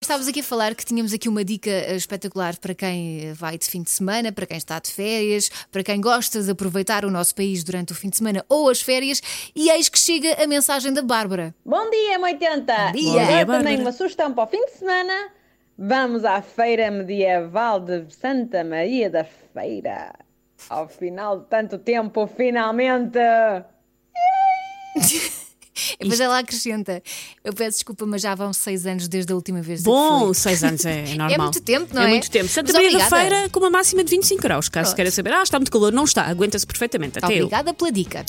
Estavas aqui a falar que tínhamos aqui uma dica eh, espetacular para quem eh, vai de fim de semana, para quem está de férias, para quem gosta de aproveitar o nosso país durante o fim de semana ou as férias, e eis que chega a mensagem da Bárbara. Bom dia, M80! Bom dia. E Bom agora dia, também Bárbara. uma sugestão para o fim de semana. Vamos à Feira Medieval de Santa Maria da Feira. Ao final de tanto tempo, finalmente! Mas ela acrescenta: Eu peço desculpa, mas já vão seis anos desde a última vez. que Bom, fui." seis anos é normal. muito tempo, não é? muito tempo. Santa Mas Maria da obrigada. Feira com uma máxima de 25 graus, caso Pronto. queira saber. Ah, está muito calor. Não está, aguenta-se perfeitamente. Até eu. Tá Obrigada pela dica.